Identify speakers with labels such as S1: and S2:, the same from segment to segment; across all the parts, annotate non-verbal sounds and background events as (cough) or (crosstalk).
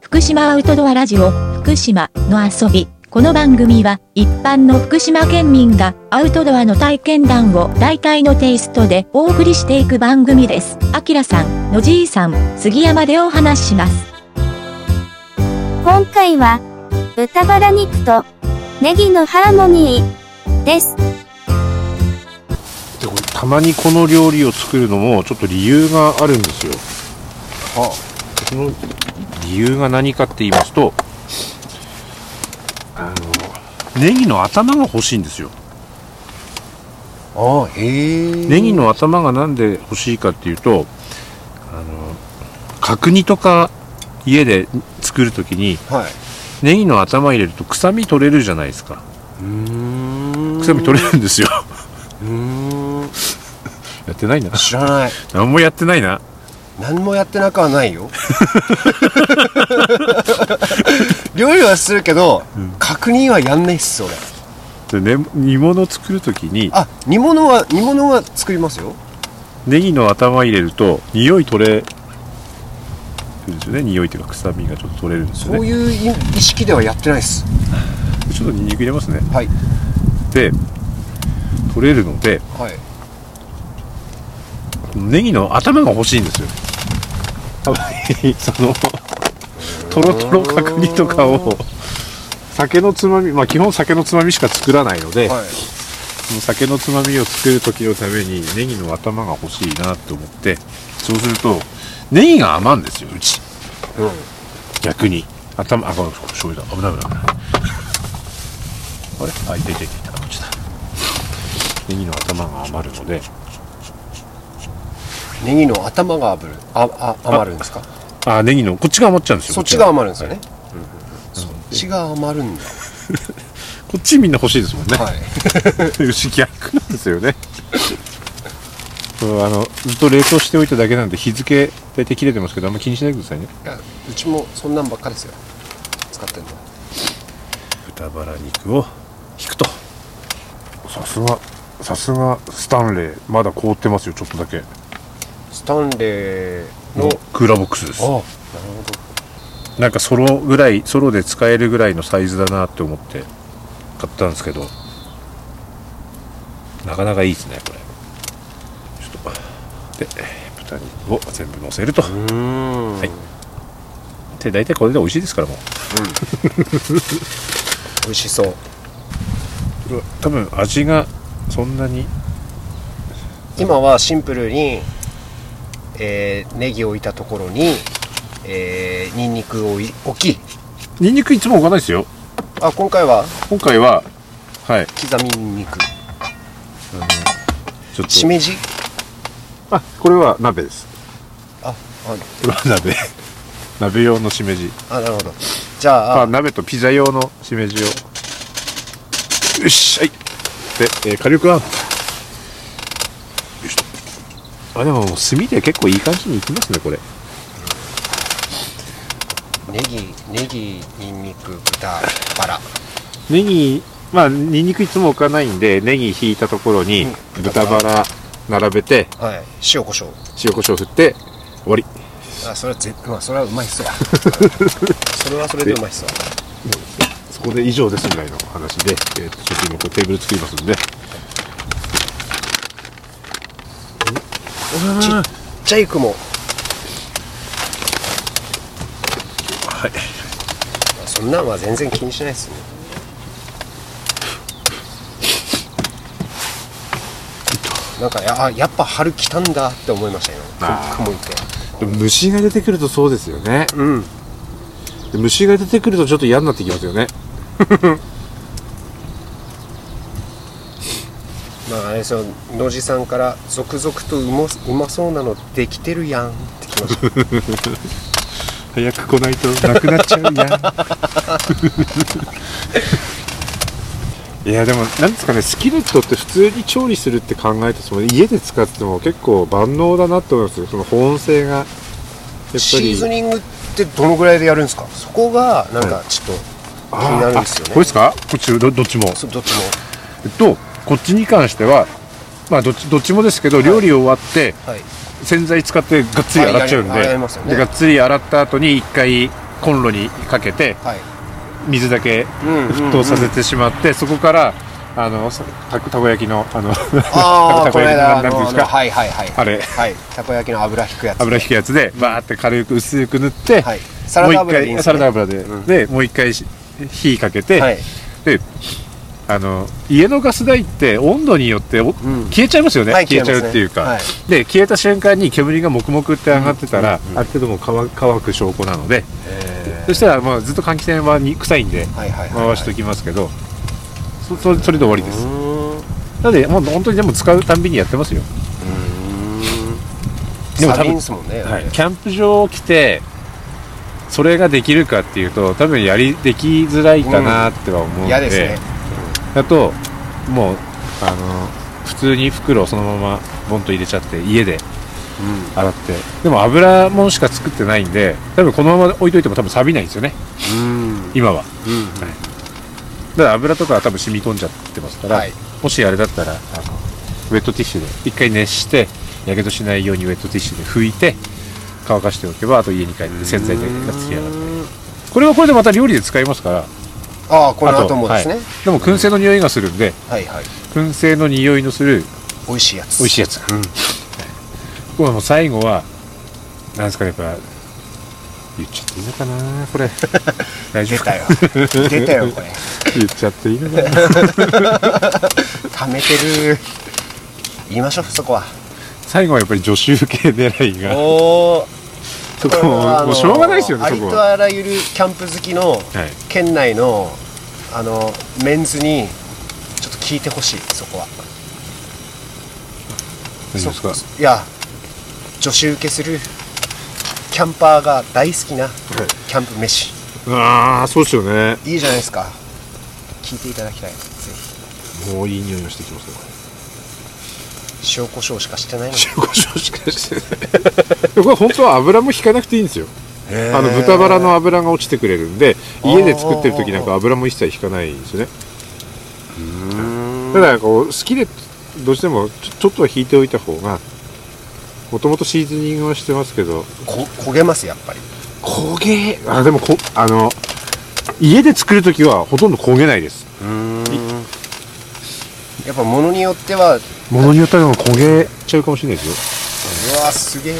S1: 福島アウトドアラジオ福島の遊びこの番組は一般の福島県民がアウトドアの体験談を大体のテイストでお送りしていく番組です。あきらさん、のじいさん、杉山でお話しします。
S2: 今回は、豚バラ肉とネギのハーモニーです。
S3: でこれたまにこの料理を作るのもちょっと理由があるんですよあその理由が何かって言いますとあのネギの頭が欲しいんですよ
S4: あへえ
S3: ネギの頭がなんで欲しいかっていうとあの角煮とか家で作るときに
S4: はい
S3: ネギの頭入れると臭み取れるじゃないですか
S4: うーん
S3: 臭み取れるんですよ (laughs)
S4: うーん
S3: やってないな
S4: 知らない
S3: 何もやってないな
S4: 何もやってなくはない (laughs) よ料理はするけど、確認はやんないっす俺
S3: で、ね、煮物作るときに
S4: あ煮物は煮物は作りますよ
S3: ネギの頭入れると匂い取れるんですよね匂いというか臭みがちょっと取れるんですよ
S4: そう
S3: ね
S4: いう意意識ではやってないっす
S3: ちょっとニンニク入れますね
S4: はい
S3: で取れるので
S4: はい
S3: ネギの頭が欲しいんですよたまに (laughs) そのトロトロ角煮とかを酒のつまみまあ基本酒のつまみしか作らないので、
S4: はい
S3: その酒のつまみを作る時のためにネギの頭が欲しいなと思ってそうするとネギが余るんですようち
S4: うん
S3: 逆に頭あこれ醤油だ危ない危ない危ないあれあいたいたいたいたこっちだネギの頭が余るので
S4: ネギの頭が余るああ余るんですか
S3: あネギのこっちが余っちゃうんですよ
S4: そっちが余るんです
S3: よ
S4: よね、うんそっちが余るん (laughs) だ
S3: こっちみんな欲しいですもんね、
S4: はい
S3: (laughs) 牛逆なんですよねそうあのずっと冷凍しておいただけなんで日付大体切れてますけどあんま気にしないでくださいね
S4: いやうちもそんなんばっかですよ使ってんの
S3: 豚バラ肉を引くとさすがさすがスタンレーまだ凍ってますよちょっとだけ
S4: スタンレーの、
S3: のクーラーボックスです
S4: あなるほ
S3: なんかソロぐらいソロで使えるぐらいのサイズだなって思って買ったんですけどなかなかいいですねこれちょっとで豚肉を全部のせると
S4: どうーん、
S3: はいで大体これで美味しいですからもう
S4: 美味しそう
S3: これは多分味がそんなに
S4: 今はシンプルに、えー、ネギを置いたところにえー、ニンニクをい置き
S3: ニンニクいつも置かないですよ
S4: あ今回は
S3: 今回ははい
S4: 刻みニンニク
S3: ちょっ
S4: しめじ
S3: とあこれは鍋です
S4: あ
S3: これは鍋鍋用のしめじ
S4: ああなるほどじゃあ
S3: あ鍋とピザ用のしめじをよしはいで、えー火力はよいしょあでももう炭で結構いい感じにいきますねこれ
S4: ネギネギニンニク豚バラ
S3: ネギまあにんにくいつも置かないんでネギ引いたところに
S4: うん
S3: 豚バラ並べて
S4: はい塩コショウ
S3: 塩コショウ振って終わり
S4: あそれはぜ、まあ、それはうまいっすわそれはそれでうまいっすわ
S3: そこで以上ですぐらいの話で、えー、と食品のこうテーブル作りますんで
S4: ちっちゃい雲
S3: はい
S4: そんなんは全然気にしないっすねなんかやあやっぱ春来たんだって思いましたよ
S3: あー
S4: 雲いて
S3: でも虫が出てくるとそうですよね
S4: うん
S3: で虫が出てくるとちょっと嫌になってきますよね
S4: まああれですよ野地さんから続々とうもうまそうなのできてるやんってきました
S3: 早く来ないとなくなっちゃうやいやでもなんですかねスキレットって普通に調理するって考えてその家で使っても結構万能だなって思いますよその保温性がやっぱ
S4: シーズ
S3: り
S4: ニングってどのぐらいでやるんですかそこがなんかちょっと気になるんですよ
S3: あこ
S4: ね
S3: れですかこっちどどっちも
S4: そうどっちも
S3: えっとこっちに関してはまあどっちどっちもですけど料理終わって
S4: はい
S3: 洗剤使ってがっつり洗っちゃうんで,、
S4: はいやり洗いますよね
S3: でがっつり洗った後に一回コンロにかけて
S4: はい
S3: 水だけ
S4: うん
S3: 沸騰させてしまって、そこからあのさたたこ焼きのあの
S4: あ
S3: た
S4: あこ
S3: こ
S4: の
S3: 焼き
S4: 間
S3: の (laughs)
S4: あ
S3: なんていうんで
S4: の
S3: すか、
S4: はいはいはい
S3: あれ
S4: はいたこ焼きの油引くやつ
S3: 油引くやつでバーって軽く薄く塗って、
S4: はいサラダ油でいいん
S3: もう一回
S4: ですね
S3: サラダ油で、
S4: うん
S3: でもう一回し火かけて、
S4: はい
S3: であの家のガス台って温度によってお、
S4: ん
S3: 消えちゃいますよね、
S4: はい
S3: 消えちゃ
S4: 消えま
S3: う
S4: すね
S3: っていうか、
S4: はい
S3: で消えた瞬間に煙がもくもくって上がってたら、
S4: うんうんうん
S3: ある程度もう乾乾く証拠なので、
S4: え
S3: そしたらまあずっと換気扇はに臭いんで
S4: ーはいはいはいはい
S3: 回しておきますけど、そそれそれで終わり
S4: う
S3: です、
S4: ーん
S3: なのでもう本当にでも使うたんびにやってますよ、でも多分
S4: サビンですもんね
S3: はい、キャンプ場を来てそれができるかっていうと多分やりできづらいかなっては思うので,、
S4: 嫌ですね
S3: だともうあの普通に袋をそのままボンと入れちゃって家で洗ってでも油もんしか作ってないんで多分このまま置いといても多分錆びないんですよね
S4: うん
S3: 今は
S4: うん
S3: だから油とかは多分染み込んじゃってますから、
S4: はい
S3: もしあれだったらあのウェットティッシュで一回熱してやけどしないようにウェットティッシュで拭いて乾かしておけばあと家に帰って洗剤だけがつき上がってこれはこれでまた料理で使えますから
S4: ああこの後もですね
S3: はい、でも燻製の匂いがするんで
S4: はいはい
S3: 燻製の匂いのする
S4: 美味しいやつ
S3: 美味しいやつ
S4: うん
S3: これもう最後はなんですかねやっぱ言っちゃっていいのかな
S4: (laughs)
S3: これ大丈
S4: 出
S3: 夫か (laughs)
S4: たよ出たよこれ
S3: 言っちゃっていいのかな
S4: 溜めてる言いましょうそ
S3: (laughs)
S4: こは
S3: 最後はやっぱり助手系狙いが
S4: おお
S3: そこももうしょうがないですよね
S4: あ
S3: そ
S4: り
S3: こは
S4: とあらゆるキャンプ好きの
S3: はい
S4: 県内のあのメンズにちょっと聞いてほしいそこは
S3: 大丈夫ですか
S4: そいや女子受けするキャンパーが大好きなキャンプ飯
S3: ああそうですよね
S4: いいじゃないですか聞いていただきたいぜひ
S3: もういい匂いがしてきますね
S4: 塩コショウしかしてない
S3: (laughs)
S4: のに
S3: 塩コショウしかしてない (laughs) これ本当は油も引かなくていいんですよあの豚バラの油が落ちてくれるんで家で作ってる時なんか油も一切引かないんですよねただこう好きでどうしてもちょちょっとは引いておいた方がもともとシーズニングはしてますけど
S4: こ焦げますやっぱり
S3: 焦げあでもこあの家で作る時はほとんど焦げないです
S4: やっぱ物によっては
S3: ものによってはでも焦げちゃうかもしれないですよ
S4: うわすげえ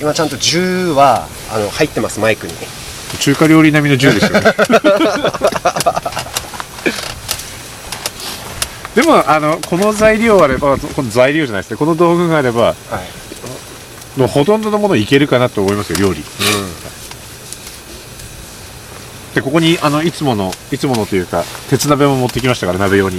S4: 今ちゃんと銃はあの入ってますマイクに
S3: 中華料理並みの銃ですよね (laughs) でもあのこの材料あればこの材料じゃないですねこの道具があれば
S4: はい
S3: もうほとんどのものいけるかなと思いますよ料理、でここにあのいつものいつものというか鉄鍋も持ってきましたから鍋用に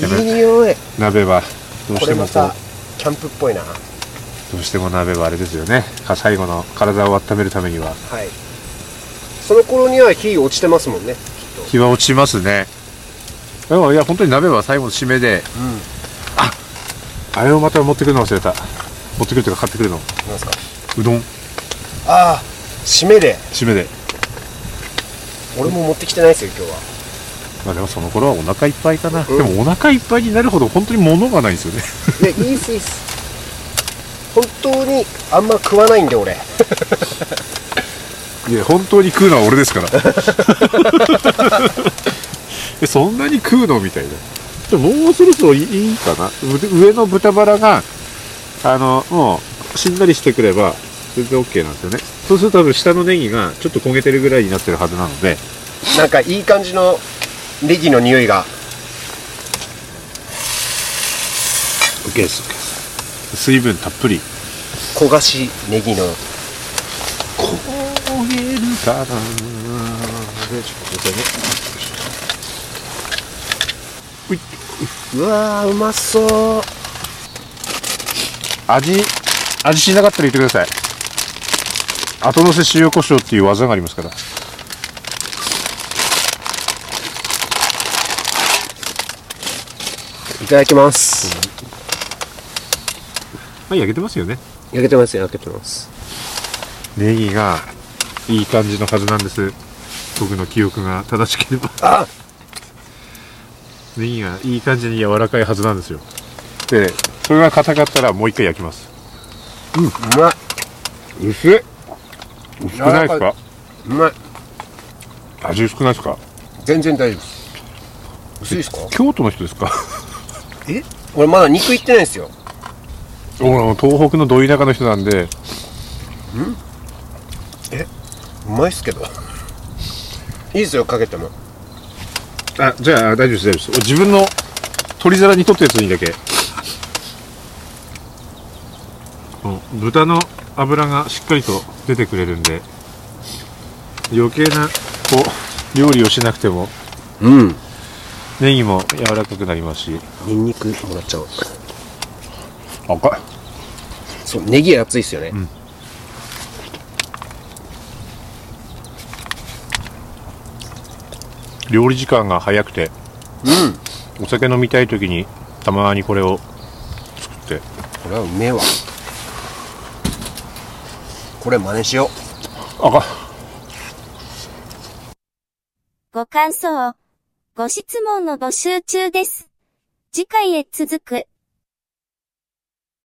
S3: やばい
S4: いい匂い
S3: 鍋はどう
S4: こ
S3: し
S4: れ
S3: て
S4: ま
S3: もこ
S4: たキャンプっぽいなは
S3: うどうしても鍋はあれですよねか最後の体を温めるためにはい
S4: その頃には火落ちてますもんねきっと
S3: 日は落ちますねでもいや本当に鍋は最後の締めで
S4: うん
S3: あれをまた持ってくるの忘れた持ってくるというか買ってくるの
S4: なんですか
S3: うどん
S4: ああ締めで
S3: 締めで
S4: 俺も持ってきてないですよ今
S3: (laughs)
S4: 日は
S3: まあでもその頃はお腹いっぱいかな、でもお腹いっぱいになるほど本当に物がないんですよね
S4: ねいいっすいいっす本当にあんま食わないんで俺
S3: いや本当に食うのは俺ですから (laughs) えそんなに食うのみたいなでももうそろそろいいかなう上の豚バラがあのもうしんなりしてくれば全然 OK なんですよねそうすると多分下のネギがちょっと焦げてるぐらいになってるはずなので
S4: なんかいい感じのネギの匂いが
S3: OK です OK です水分たっぷり
S4: 焦がしネギの
S3: 焦げるかな
S4: うわーうまそう
S3: 味味しなかったら言ってください後乗せ塩コショウっていう技がありますから
S4: いただきます
S3: あ焼けてますよね
S4: 焼けてます焼けてます
S3: ネギがいい感じのはずなんです僕の記憶が正しければ
S4: あ
S3: ネギがいい感じに柔らかいはずなんですよでそれが硬かったらもう一回焼きます
S4: うまい
S3: 薄い薄くないです
S4: 柔ら
S3: か
S4: うまい
S3: 味薄くないですか
S4: 全然大丈夫です薄いですか
S3: 京都の人ですか
S4: え俺まだ肉いってないんですよ
S3: 俺 (laughs) も東北のど田舎の人なんで
S4: うまいっすけどい (laughs) いですよかけても
S3: あじゃあ大丈夫です大丈夫です自分の鶏皿に取ったやつにだけ豚の脂がしっかりと出てくれるんで余計なこう料理をしなくても
S4: うん
S3: ネギも柔らかくなりますし
S4: ニンニクもらっちゃおう
S3: 赤い
S4: そうネギ熱いっすよね、
S3: 料理時間が早くて
S4: うん
S3: お酒飲みたい時にたまにこれを作って
S4: これはうめえわこれ真似しよ
S3: 赤い
S2: ご感想、ご質問の募集中です。次回へ続く。